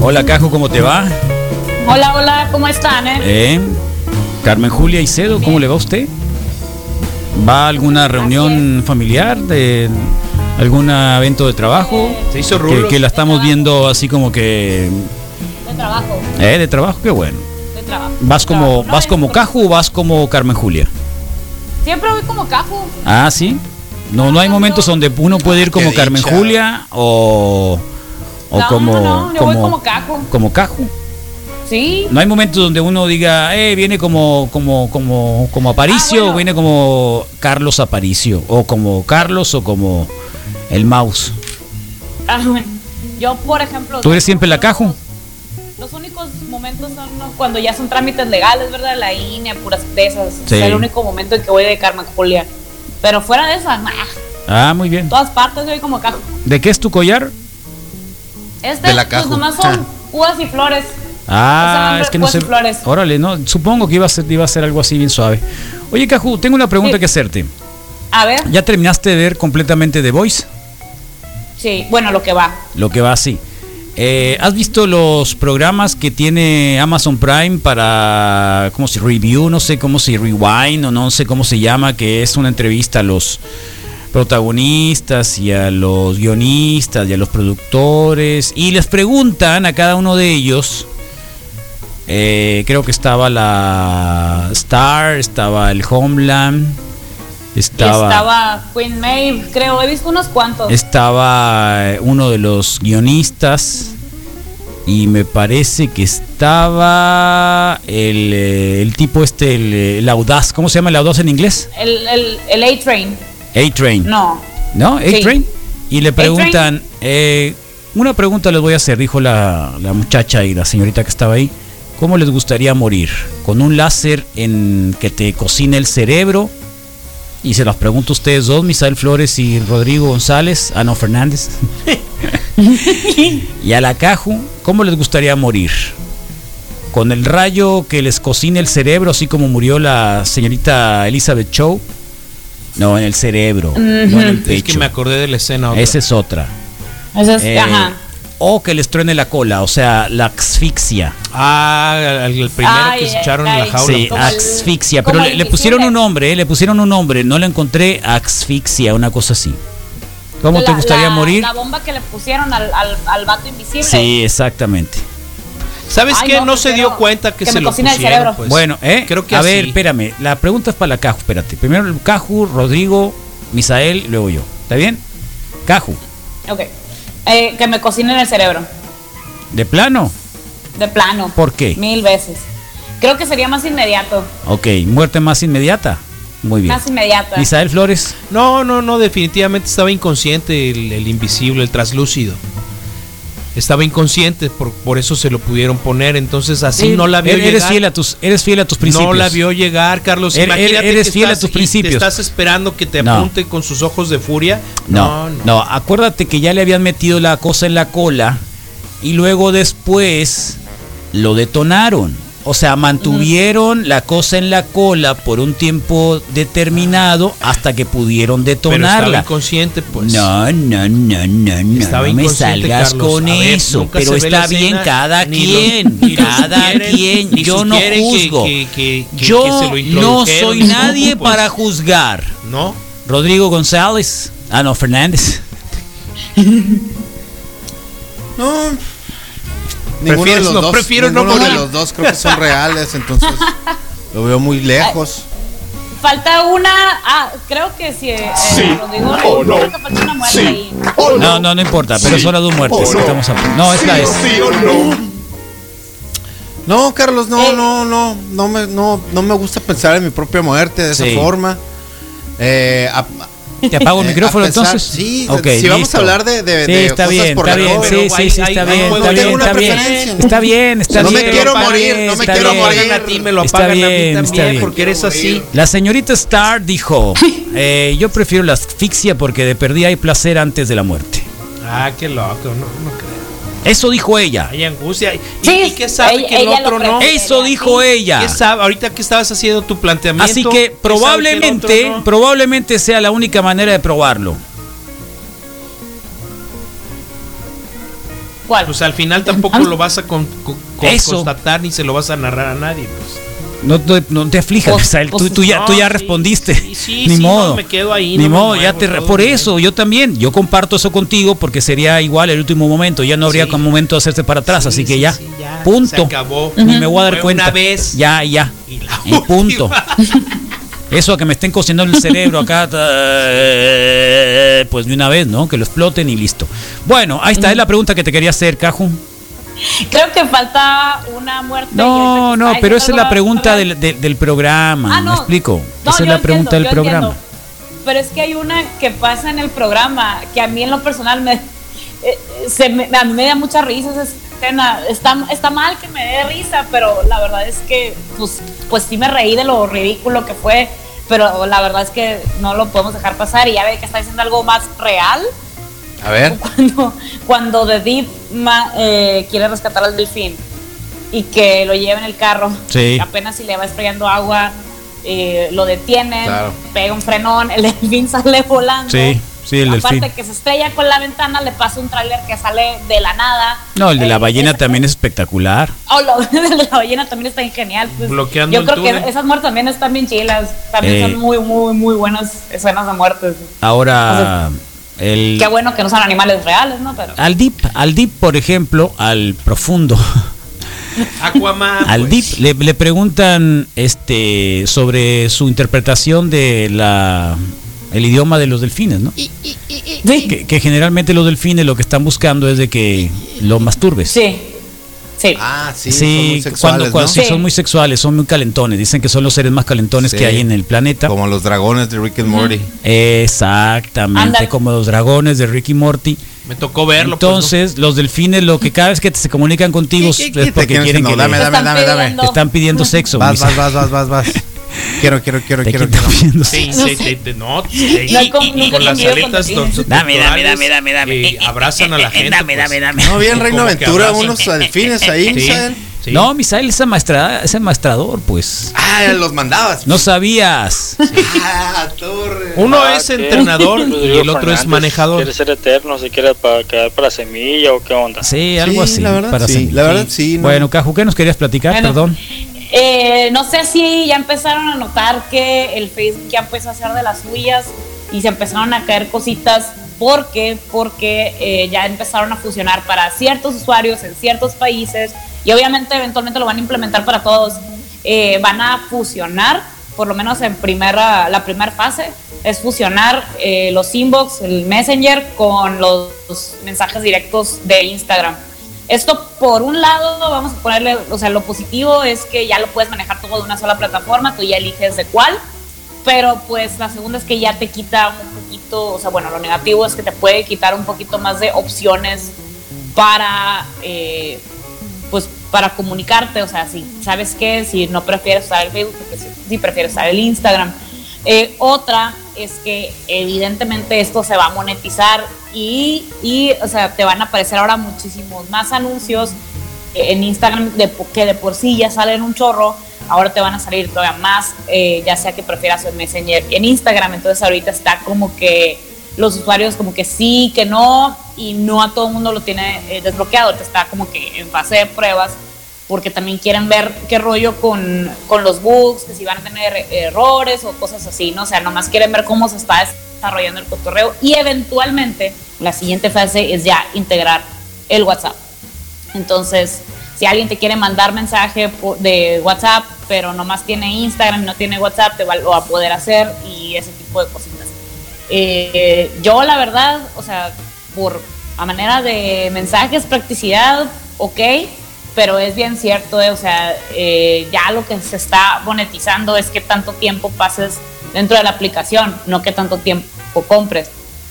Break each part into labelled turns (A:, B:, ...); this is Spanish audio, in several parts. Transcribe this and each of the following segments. A: Hola Cajo, ¿cómo te va?
B: Hola, hola, ¿cómo están? Eh?
A: ¿Eh? Carmen Julia Icedo, ¿cómo le va a usted? ¿Va a alguna reunión familiar? De, ¿Algún evento de trabajo?
C: Se hizo
A: Que,
C: rubro.
A: que la estamos viendo así como que...
B: De trabajo,
A: ¿Eh? ¿De trabajo? Qué bueno.
B: de trabajo.
A: ¿Vas como,
B: Trabajo, ¿no?
A: vas como
B: Es-
A: Cajo o vas como Carmen Julia?
B: Siempre voy como cajo.
A: Ah, sí. No, no hay momentos donde uno puede ir como
C: Ah, Qué
A: Carmen
C: dicha.
A: Julia o, o
B: No,
A: como,
B: no, yo voy como Cajo.
A: Como Cajo.
B: Sí.
A: No hay momentos donde uno diga, eh, viene como, como, como, como Aparicio,
B: Ah, bueno.
A: o viene como Carlos Aparicio, o como Carlos, o como el mouse.
B: Ah, bueno. Yo, por ejemplo.
A: ¿Tú eres siempre la Cajo?
B: Los únicos momentos son ¿no? cuando ya son trámites legales, ¿verdad? La INE, puras de esas. Es el único momento en que voy de Carmen Julia. Pero fuera de eso, nah,
A: Ah, muy bien.
B: todas partes voy como cajo.
A: ¿De qué es tu collar?
B: Este,
C: De la
B: pues
C: Cajo. Ah.
B: nomás son uvas y flores.
A: Ah,
B: hombre,
A: es que no
B: pues,
A: sé.
B: flores.
A: Órale, no, supongo que iba a ser, iba a ser algo así bien suave. Oye, Caju, tengo una pregunta
B: Sí.
A: que hacerte.
B: A ver.
A: ¿Ya terminaste de ver completamente The Voice?
B: Sí, bueno, lo que va.
A: Lo que va así. Eh, ¿Has visto los programas que tiene Amazon Prime para, como si review, no sé cómo si rewind o no sé cómo se llama, que es una entrevista a los protagonistas y a los guionistas y a los productores y les preguntan a cada uno de ellos, eh, creo que estaba la Star, estaba el Homeland,
B: Y estaba Queen Maeve, creo. He visto unos cuantos.
A: estaba eh, uno de los guionistas y me parece que estaba el, eh, el tipo este, el, eh, el audaz, ¿cómo se llama el audaz en inglés?
B: El, el, el A-Train.
A: A-Train.
B: No.
A: ¿No?
B: Sí.
A: A-Train. Y le preguntan, eh, una pregunta les voy a hacer, dijo la, la muchacha y la señorita que estaba ahí, ¿cómo les gustaría morir? ¿Con un láser en que te cocine el cerebro? Y se las pregunto a ustedes dos, Misael Flores y Rodrigo González, Ano Fernández. y a la Caju, ¿cómo les gustaría morir? ¿Con el rayo que les cocine el cerebro, así como murió la señorita Elizabeth Chow? No, en el cerebro, no en el
C: Es que
A: pecho.
C: me acordé de la escena. otra.
A: Esa es otra.
B: Ese es,
A: Eh,
B: ajá.
A: O que les truene la cola, o sea, la asfixia.
C: Ah, el, el primero
B: Ay,
C: que se echaron
B: ay,
C: en la
B: ay.
C: jaula.
A: Sí, ah.
B: Como el-
A: asfixia.
B: como
A: Pero
B: el
A: le, le
B: que
A: pusieron
B: sirve.
A: un nombre, eh, le pusieron un nombre. No la encontré, asfixia, una cosa así. ¿Cómo te
B: La-
A: gustaría
B: la-
A: morir?
B: La bomba que le pusieron al, al, al vato invisible.
A: Sí, exactamente.
C: ¿Sabes
B: Ay,
C: qué?
B: no,
C: No, se
B: prefiero
C: dio cuenta que,
B: que
C: se
B: me
C: lo
B: cocine el cerebro.
C: pusieron. pues.
A: bueno, ¿eh?
C: Creo que
A: A
C: así.
A: ver, espérame. La pregunta es para la Caju, espérate. Primero el Caju, Rodrigo, Misael, luego yo. ¿Está bien? Caju,
B: Ok. Eh, que me cocinen el cerebro.
A: ¿de plano?
B: De plano.
A: ¿Por qué?
B: Mil veces. Creo que sería más inmediato.
A: Ok, muerte más inmediata. Muy bien.
B: Más inmediata.
A: Misael Flores.
C: No, no, no, definitivamente estaba inconsciente el, el invisible, el traslúcido. Estaba inconsciente, por, por eso se lo pudieron poner. Entonces así no la vio
A: Er, Eres
C: llegar.
A: fiel a tus, eres fiel a tus principios.
C: no la vio llegar, Carlos.
A: Eres-
C: Imagínate
A: eres
C: que
A: fiel a
C: estás
A: tus
C: y
A: principios.
C: Te estás esperando que te
A: No.
C: apunte con sus ojos de furia.
A: No, no, Acuérdate que ya le habían metido la cosa en la cola y luego después lo detonaron. O sea, mantuvieron la cosa en la cola por un tiempo determinado hasta que pudieron
C: Pero estaba
A: detonarla.
C: inconsciente, pues.
A: No, no, no, no, no.
C: Estaba
A: no me
C: inconsciente,
A: salgas
C: Carlos.
A: con
C: A ver,
A: eso.
C: nunca
A: Pero
C: se ve
A: está
C: la
A: bien
C: escena,
A: cada
C: ni lo-
A: quien.
C: ni lo
A: cada
C: sugieren,
A: quien.
C: ni
A: Yo no
C: sugieren que-
A: juzgo.
C: que- que- que- que se
A: Yo
C: lo
A: no
C: introdujeron
A: soy
C: un
A: nadie
C: grupo, pues.
A: para juzgar.
C: No.
A: Rodrigo González. Ah, no, Fernández.
D: No. Ninguno
C: Prefieres
D: de los
C: no,
D: dos,
C: prefiero no
D: ninguno de
C: morir.
D: los dos creo que son reales, entonces lo veo muy lejos.
B: Falta una. Ah, creo que si. eh, Rodrigo, creo que falta una muerte ahí.
A: No, no, no importa, pero son las dos
D: Oh,
A: muertes. Estamos a- No, esta es.
D: No, Carlos, no,
B: Eh.
D: no, no, no me, no, no me gusta pensar en mi propia muerte de esa
A: Sí.
D: forma. Eh, a-
A: ¿Te apago el
D: eh,
A: micrófono
D: a pensar-
A: entonces?
D: Sí,
A: Ok,
D: si vamos
A: listo.
D: a hablar de, de,
A: Sí,
D: de
A: está bien,
D: por
A: está
D: la
A: bien,
D: noche,
A: sí,
C: pero
A: sí,
C: hay-
A: sí,
C: hay-
A: está
C: hay
A: bien,
C: juegos
A: está
C: de
A: bien,
D: alguna
A: está bien,
D: preferencia, ¿no?
A: está bien, está
D: No me
A: bien,
D: quiero
A: está
D: morir,
A: bien,
D: no me
A: está
D: quiero
A: bien.
D: morir.
C: Apagan a ti, me lo
A: Está
C: apagan
A: bien,
C: a mí
A: está
C: también,
A: bien.
C: porque eres así.
A: La señorita Star dijo, eh, yo prefiero la asfixia porque de perdida hay placer antes de la muerte.
C: Ah, qué loco, no, no creo.
A: Eso dijo ella.
C: Hay angustia. ¿Y,
B: Sí,
C: y qué sabe
B: ella-
C: que el
B: ella lo
C: otro no?
B: prefiere.
A: Eso dijo ella.
C: ¿Qué sabe? Ahorita que estabas haciendo tu planteamiento.
A: Así
C: ¿qué sabe
A: que
C: el
A: probablemente,
C: otro no?
A: probablemente sea la única manera de probarlo.
B: ¿Cuál?
C: Pues al final tampoco lo vas a con- con- con-
A: Ah. Eso.
C: constatar ni se lo vas a narrar a nadie. Pues.
A: No te, no te aflijas,
B: Pues-
A: Misael, tú,
B: pues
A: tú ya,
C: no,
A: tú ya
C: sí,
A: respondiste.
C: sí, sí,
A: Ni
C: sí, no,
A: modo.
C: me quedo ahí,
A: Ni
C: no me
A: modo,
C: muevo,
A: ya te re-
C: todo
A: por
C: bien.
A: eso yo también, yo comparto eso contigo porque sería igual el último momento, ya no habría
C: Sí.
A: como momento de hacerse para atrás,
C: Sí,
A: así que
C: sí,
A: ya.
C: sí, ya,
A: punto.
C: se acabó.
A: Ni me voy a dar
C: Fue
A: cuenta.
C: una vez.
A: Ya, ya.
C: Y la
A: Y punto.
C: última.
A: Eso a que me estén cociendo el cerebro acá, ta- pues de una vez, ¿no? Que lo exploten y listo. Bueno, ahí está, es la pregunta que te quería hacer, Caju.
B: Creo que falta una muerte. y ahorita
A: No,
B: que
A: no,
B: está
A: pero esa es
B: diciendo
A: la
B: algo,
A: pregunta
B: hablar-
A: del, del- del programa,
B: Ah,
A: ¿me explico?
B: No,
A: esa es
B: yo
A: la pregunta
B: entiendo,
A: del
B: yo
A: programa.
B: entiendo. Pero es que hay una que pasa en el programa que a mí en lo personal me, eh, se me- a mí me da mucha risa esa escena. Está, está mal que me dé risa, pero la verdad es que pues, pues sí me reí de lo ridículo que fue, pero la verdad es que no lo podemos dejar pasar y ya ve que está diciendo algo más real
D: A ver.
B: cuando, cuando The Deep ma- eh, quiere rescatar al delfín y que lo lleva en el carro.
A: Sí.
B: Apenas si le va estrellando agua, eh, lo detienen,
D: Claro.
B: pega un frenón, el delfín sale volando.
A: Sí, sí, el
B: Aparte
A: delfín.
B: que se estrella con la ventana, le pasa un tráiler que sale de la nada.
A: No, el de la
B: Eh,
A: ballena también es espectacular.
B: Oh, lo- el de la ballena también está bien genial. pues.
C: Bloqueando
B: Yo
C: el
B: creo
C: túnel.
B: que esas muertes también están bien chilas. También
A: Eh.
B: son muy, muy, muy buenas escenas de muertes.
A: Ahora, el,
B: Qué bueno que no son animales reales, ¿no? Pero.
A: al deep, al deep, por ejemplo, al profundo,
B: Ah,
C: Aquaman.
A: al deep
C: pues.
A: le, le preguntan este sobre su interpretación de la el idioma de los delfines, ¿no?
B: Sí.
A: Que, que generalmente los delfines lo que están buscando es de que los masturbes.
B: Sí. Sí.
D: Ah, sí, son muy
A: Sí,
D: sexuales,
A: cuando, cuando-
D: ¿no?
A: sí,
B: Sí.
A: son muy sexuales, son muy calentones. Dicen que son los seres más calentones
D: Sí.
A: que hay en el planeta.
D: Como los dragones de Rick and Morty.
A: Exactamente,
B: Ándale.
A: como los dragones de Ricky Morty.
C: Me tocó verlo. pues,
A: Entonces, los delfines, lo que cada vez que se comunican contigo
D: ¿Qué, qué, qué
A: es
D: te
A: porque
D: quieren
A: quieren
D: que
A: que
D: no? Dame,
A: le-
B: Te
D: dame,
B: están
D: dame, dame.
A: te están pidiendo sexo.
D: Vas,
A: Misa.
D: vas, vas, vas, vas, vas. Quiero, quiero, quiero,
A: Te
D: quiero.
A: están
D: quiero.
A: pidiendo
C: Sí,
A: sexo.
C: sí, te- te- no, sí,
B: No,
C: y-
B: con-
C: y- y
B: nunca
C: con
B: he
C: las
B: comido
C: aletas
B: con-
C: torso-
A: Dame, dame, dame, dame, dame.
C: eh, abrazan a la gente.
A: Dame,
C: pues.
A: dame, dame.
D: No, bien,
C: Como
D: Reino
C: que
D: Aventura,
C: abrazan.
D: unos delfines ahí,
C: Sí,
D: Misael.
C: sí.
A: No, Misael es, amaestra- es amaestrador, pues.
D: Ah, los mandabas.
A: No sabías.
D: Ah, torre.
C: Uno
E: Ah,
C: es
E: ¿qué?
C: entrenador y
E: Rodrigo
C: el otro es
E: Fernández,
C: manejador.
E: ¿Quiere ser eterno? ¿Se quiere para quedar para semilla o qué onda?
A: Sí, algo
D: Sí,
A: así.
D: la verdad sí,
A: seguir.
D: la verdad sí, no.
A: Bueno, Caju, ¿qué nos querías platicar?
B: Bueno.
A: Perdón.
B: Eh, no sé si ya empezaron a notar que el Facebook ya empezó a hacer de las suyas y se empezaron a caer cositas. ¿Por qué? Porque eh, ya empezaron a funcionar para ciertos usuarios en ciertos países y obviamente eventualmente lo van a implementar para todos. Eh, van a fusionar, por lo menos en primera, la primera fase, es fusionar eh, los inbox, el messenger con los mensajes directos de Instagram. Esto por un lado, vamos a ponerle, o sea, lo positivo es que ya lo puedes manejar todo de una sola plataforma, tú ya eliges de cuál, pero pues la segunda es que ya te quita un poquito, o sea, bueno, lo negativo es que te puede quitar un poquito más de opciones para, eh, pues, para comunicarte, o sea, si sabes qué, si no prefieres usar el Facebook, porque si, si prefieres usar el Instagram. Eh, otra es que evidentemente esto se va a monetizar y, y, o sea, te van a aparecer ahora muchísimos más anuncios en Instagram de, po- que de por sí ya salen un chorro, ahora te van a salir todavía más, eh, ya sea que prefieras el Messenger en Instagram, entonces ahorita está como que los usuarios como que sí, que no, y no a todo el mundo lo tiene eh, desbloqueado, ahorita está como que en fase de pruebas, porque también quieren ver qué rollo con, con los bugs, que si van a tener eh, errores o cosas así, ¿no? O sea, nomás quieren ver cómo se está desarrollando el cotorreo y eventualmente la siguiente fase es ya integrar el WhatsApp. Entonces, si alguien te quiere mandar mensaje po- de WhatsApp, pero nomás tiene Instagram y no tiene WhatsApp, te va, lo va a poder hacer y ese tipo de cositas. Eh, yo, la verdad, o sea, por a manera de mensajes, practicidad, ok, pero es bien cierto, eh, o sea, eh, ya lo que se está monetizando es que tanto tiempo pases dentro de la aplicación, no que tanto tiempo compres.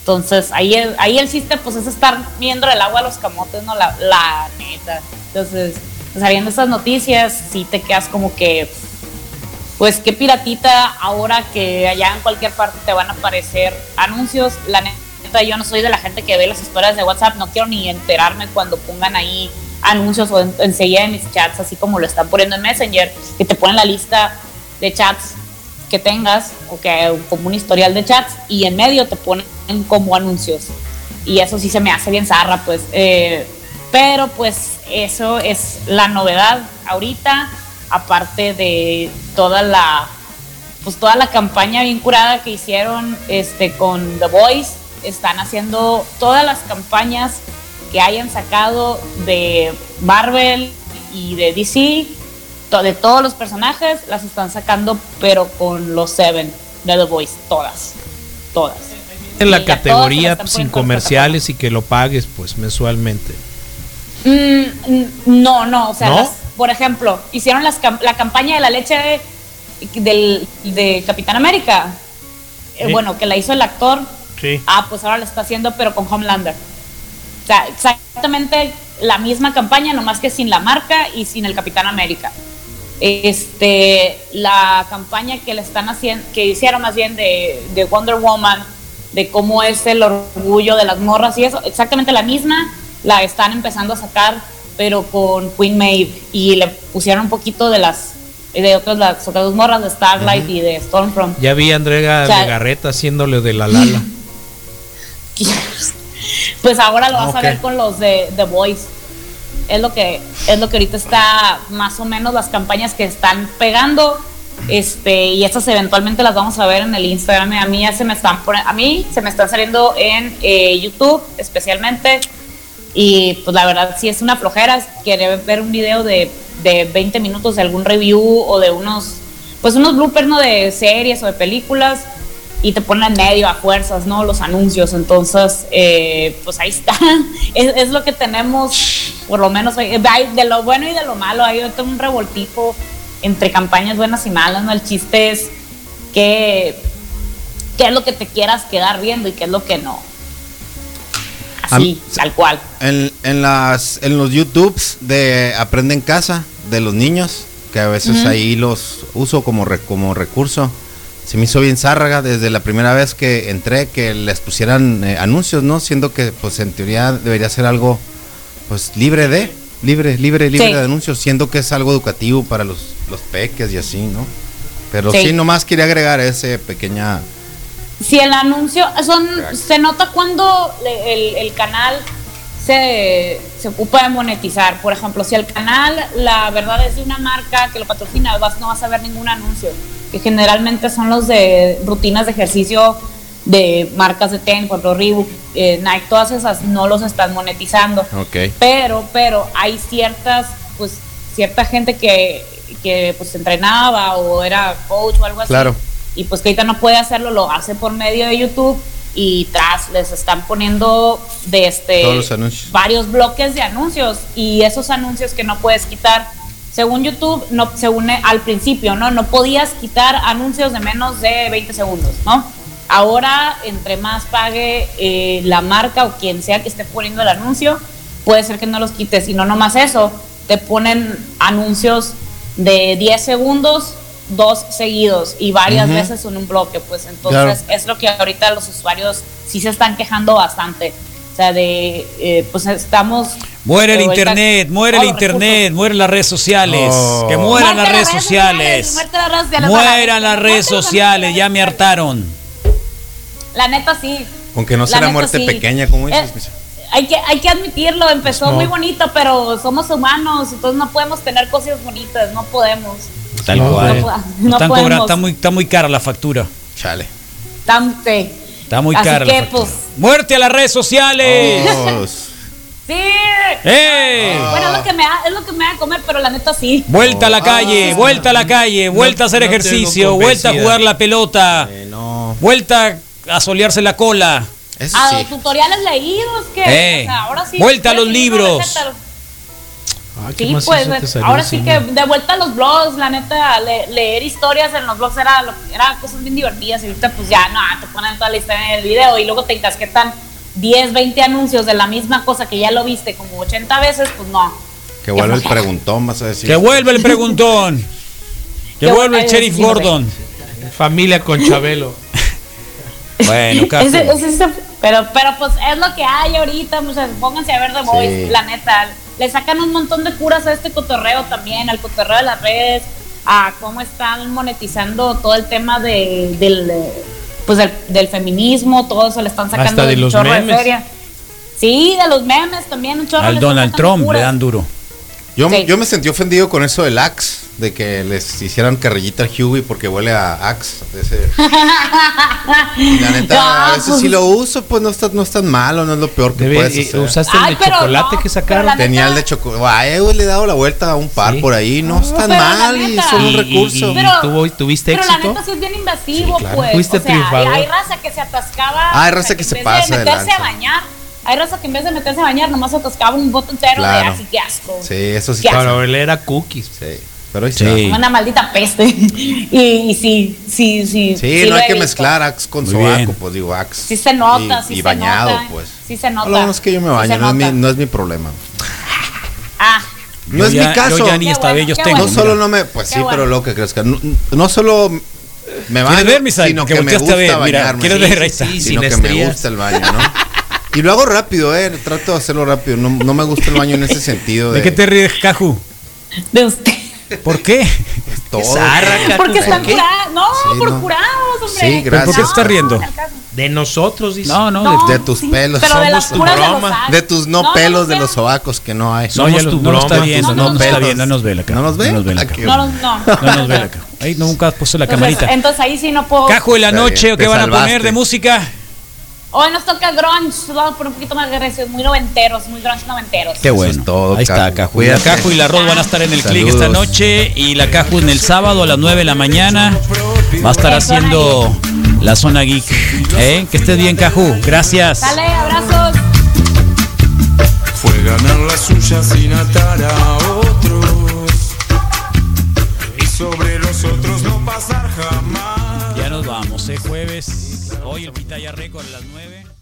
B: Entonces, ahí el, ahí el chiste, pues, es estar viendo el agua a los camotes, ¿no? La, la neta. Entonces, pues, sabiendo estas noticias, sí te quedas como que, pues, qué piratita ahora que allá en cualquier parte te van a aparecer anuncios. La neta, yo no soy de la gente que ve las historias de WhatsApp, no quiero ni enterarme cuando pongan ahí anuncios o en- enseguida en mis chats, así como lo están poniendo en Messenger, que te ponen la lista de chats que tengas o que como un historial de chats y en medio te ponen como anuncios y eso sí se me hace bien zarra pues eh, Pero pues eso es la novedad ahorita, aparte de toda la pues toda la campaña bien curada que hicieron este con The Voice, están haciendo todas las campañas que hayan sacado de Marvel y de DC, to- de todos los personajes, las están sacando, pero con los Seven de The Voice, todas, todas.
C: En la
B: Y a todas se las
C: categoría
B: están
C: sin
B: poniendo por
C: comerciales y que lo pagues pues mensualmente.
B: Mm, mm, no, no, o sea,
C: ¿No?
B: las- por ejemplo, hicieron las cam- la campaña de la leche de, del- de Capitán América. Eh,
C: Sí.
B: Bueno, que la hizo el actor.
C: Sí.
B: Ah, pues ahora la está haciendo, pero con Homelander. O sea, exactamente la misma campaña, nomás que sin la marca y sin el Capitán América. Este, la campaña que le están haciendo, que hicieron más bien de, de Wonder Woman, de cómo es el orgullo de las morras y eso, exactamente la misma, la están empezando a sacar, pero con Queen Maeve y le pusieron un poquito de las de otras las otras dos morras de Starlight y de Stormfront.
C: Ya vi a Andrea
B: O sea-
C: Legarreta haciéndole de la lala.
B: pues ahora lo vas
C: Ok.
B: a ver con los de The Voice. Es lo que es lo que ahorita está más o menos las campañas que están pegando. Este, y estas eventualmente las vamos a ver en el Instagram. A mí ya se me están pone- a mí se me están saliendo en eh, YouTube especialmente. Y pues la verdad sí es una flojera. Querer ver un video de, de 20 minutos de algún review o de unos, pues unos bloopers ¿no? de series o de películas y te ponen en medio a fuerzas, ¿no? Los anuncios. Entonces, eh, pues ahí está. Es, es lo que tenemos, por lo menos, hoy. Hay de lo bueno y de lo malo. Hay ahorita un revoltijo entre campañas buenas y malas, ¿no? El chiste es que qué es lo que te quieras quedar viendo y qué es lo que no.
D: A mí-
B: Así, tal cual.
D: En, en las, en los YouTubes de Aprende en Casa de los niños, que a veces ahí los uso como, re- como recurso. Se me hizo bien zárraga desde la primera vez que entré que les pusieran eh, anuncios, ¿no? Siendo que pues en teoría debería ser algo pues libre de, libre, libre, libre
B: Sí.
D: de anuncios, siendo que es algo educativo para los, los peques y así, ¿no? Pero sí,
B: Sí.
D: nomás quería agregar ese pequeña
B: Si el anuncio, son, se nota cuando le- el, el canal se, se ocupa de monetizar. Por ejemplo, si el canal, la verdad, es de una marca que lo patrocina, vas- no vas a ver ningún anuncio, que generalmente son los de rutinas de ejercicio de marcas de tenis, por ejemplo, Reebok, eh, Nike, todas esas no los están monetizando.
D: Ok.
B: Pero, pero hay ciertas, pues, cierta gente que, que pues entrenaba o era coach o algo así.
D: Claro.
B: Y pues que ahorita no puede hacerlo, lo hace por medio de YouTube y tras les están poniendo de este
D: Todos los anuncios.
B: varios bloques de anuncios y esos anuncios que no puedes quitar. Según YouTube, no se une al principio, ¿no? No podías quitar anuncios de menos de 20 segundos, ¿no? Ahora, entre más pague eh, la marca o quien sea que esté poniendo el anuncio, puede ser que no los quites. Y no nomás eso, te ponen anuncios de 10 segundos, dos seguidos y varias veces en un bloque. Pues entonces es lo que ahorita los usuarios sí se están quejando bastante. O sea, de, eh, pues estamos...
A: Muere el
B: de vuelta-
A: internet, muere el
B: todos los
A: internet,
B: recursos.
A: mueren las redes sociales.
D: Oh.
A: Que mueran las
B: Muerte
A: redes sociales.
B: muerte las redes sociales,
A: Mueran las
B: muerte
A: redes sociales, ya me hartaron.
B: La neta sí.
D: Con que no
B: La
D: sea la
B: neta,
D: muerte
B: sí.
D: pequeña, como dices,
B: Eh,
D: Misa?
B: hay, que, hay que admitirlo, empezó
C: No.
B: muy bonito, pero somos humanos, entonces no podemos tener cosas bonitas, no podemos.
A: Tal
C: No,
A: cual.
C: no
B: po-
A: Nos
B: no
A: están cobrando-
B: podemos.
A: está, muy, está muy cara la factura.
D: Chale.
B: Tanto.
A: Está muy
B: Así
A: cara la
B: que,
A: factura.
B: pues,
A: Muerte a las redes sociales.
D: Oh. Dios.
B: sí.
A: ¡Eh!
B: Bueno, es lo que me da, es lo que me da de comer, pero la neta sí.
A: Vuelta
D: Ah,
A: a la calle, vuelta a la calle, vuelta a hacer
C: no tengo
A: ejercicio, vuelta a
C: convencida.
A: jugar la pelota,
D: Eh, no.
A: vuelta a solearse la cola.
D: Eso
B: A
D: sí.
B: los tutoriales leídos que
A: Eh,
B: o sea, ahora sí.
A: vuelta a los
B: puedes seguir una
A: libros.
B: receta.
C: Ah, ¿qué
B: Sí,
C: más
B: pues
C: hizo te salió
B: ahora
C: así,
B: sí
C: no?
B: que de vuelta a los blogs, la neta, le- leer historias en los blogs era, lo- era cosas bien divertidas y ahorita pues ya, no, te ponen toda la historia en el video y luego te encasquetan 10, 20 anuncios de la misma cosa que ya lo viste como 80 veces, pues no.
D: Que vuelve el preguntón, vas a decir.
A: Que vuelva el preguntón. Que
B: Qué
A: vuelva el
B: buena
A: sheriff
B: idea,
A: Gordon.
C: Familia con Chabelo.
A: Bueno, Caco.
B: Ese- ese- ese- pero, pero pues es lo que hay ahorita, muchachos, pónganse a ver The Voice,
D: Sí.
B: la neta. Le sacan un montón de curas a este cotorreo también, al cotorreo de las redes, a cómo están monetizando todo el tema de, del, eh, pues del, del feminismo, todo eso le están sacando
C: Hasta de
B: un
C: los
B: chorro
C: memes.
B: feria. Sí, de los memes también. Un chorro
A: Al
B: les
A: Donald
B: sacan
A: Trump
B: puras.
A: le dan duro.
D: Yo,
B: Sí.
D: yo me sentí ofendido con eso del Axe, de que les hicieran carrillita al Huey porque huele a Axe. de ese- Y la neta,
B: No,
D: a veces
B: pues-
D: sí lo uso, pues no está, no es tan malo, no es lo peor que
C: Debe-
D: puedes
C: eh,
D: hacer.
C: usaste
B: Ay,
C: el de
B: pero
C: chocolate
B: no,
C: que
B: pero
C: sacaron.
B: la
D: Tenía
B: neta-
D: el de chocolate. Ay, güey, le he dado la vuelta a un par
C: Sí.
D: por ahí. No, es tan
B: pero la
D: mal y
B: neta-
D: son Ah, un
B: Y-
D: recurso.
C: y- ¿Tuvo- tuviste
B: pero
C: ¿Este éxito?
B: la neta sí es bien invasivo,
C: Sí, claro.
B: pues.
C: Fuiste
B: o sea,
C: triunfador.
B: Hay raza que se atascaba.
D: Ah, hay
B: o sea,
D: raza que
B: en
D: se
B: vez
D: pasa
B: De
D: de
B: meterse
D: lanza.
B: a bañar. Hay raza que en vez de meterse a bañar nomás se atascaba un bote entero de
D: Claro.
B: así que asco.
D: Sí, eso sí.
B: Qué
D: está-
C: Pero él era cookies.
D: Sí, pero ahí
A: Sí.
D: está.
A: Sí,
B: Una maldita peste. y, y sí, sí, sí.
D: Sí,
B: lo
D: no hay
B: he
D: que
B: visto.
D: mezclar Axe con
A: Muy
D: sobaco,
A: bien.
D: pues digo Axe.
B: Sí se nota,
D: y,
B: sí
D: y
B: se
D: bañado,
B: nota.
D: pues.
B: Sí se nota.
D: No, no, es que yo me
B: Sí
D: baño,
B: se
D: no, es mi,
B: nota.
D: no es mi problema.
B: Ah,
D: No
A: Yo
D: es
A: ya-
D: mi caso.
A: Yo ya ni
B: Qué
A: hasta
B: bueno,
A: bellos
B: qué
A: tengo.
D: No
B: Mira.
D: solo no me, pues sí,
B: Qué bueno.
D: pero luego que crezca. No, no solo me baño,
A: ver, Misael?
D: sino
A: Que
D: que, me
A: volteaste
D: gusta
A: a ver, mira,
D: bañarme.
A: ¿quieres ver? Ahí está.
D: sino
C: Sin
D: que me
C: estrías.
D: gusta el baño, ¿no? Y lo hago rápido, eh, trato de hacerlo rápido. No, no me gusta el baño en ese sentido de,
A: ¿De qué te ríes, Caju?
B: de usted.
A: ¿por qué?
D: todo.
C: zarra, Caju,
B: Porque están
C: ¿por qué?
B: curados. No,
D: Sí,
B: por
D: no.
B: curados, hombre.
D: Sí, gracias.
A: ¿Por qué se está
B: No,
A: riendo?
B: no alcanzo.
C: De nosotros, dice.
A: No, no,
B: No,
A: de-
D: de tus pelos,
B: Pero de
D: somos
B: las
D: tu
B: puras de los
C: broma.
B: años.
D: De tus no,
B: No,
D: pelos
B: no,
D: de
B: no.
D: los sobacos que no hay.
A: no,
C: somos
A: ya lo-
C: tu
A: no lo
C: broma,
A: está
C: tus
A: viendo, no
B: no
A: nos está
D: pelos.
A: viendo, no nos ve la cara.
D: ¿No nos ve?
A: No nos ve la
D: Ah,
A: cara.
D: qué
B: No, no, no.
A: No nos ve la cara. Ahí nunca has puesto la
B: Entonces,
A: camarita.
B: entonces ahí sí no puedo.
A: Cajo de la
D: Está bien,
A: noche, ¿o
D: te
A: qué van a
D: salvaste.
A: poner de música?
B: Hoy nos toca grunge, vamos por un poquito más agresivo, muy noventeros, muy grunge noventeros.
A: Qué
D: Eso
A: bueno.
D: es todo,
A: Ahí está,
D: Caju.
A: Caju. Y La
D: Cuídate.
A: Caju y la Rod van a estar en el click
D: Saludos.
A: esta noche. Y la Caju en el sábado a las 9 de la mañana va a estar haciendo la zona geek. ¿Eh? Que estés bien, Caju. Gracias.
B: Dale, abrazos.
F: fue ganar la suya sin atar a otros y sobre los otros no pasar jamás.
A: Ya nos vamos, ¿eh? Jueves. Hoy el Pitaya Record a las 9.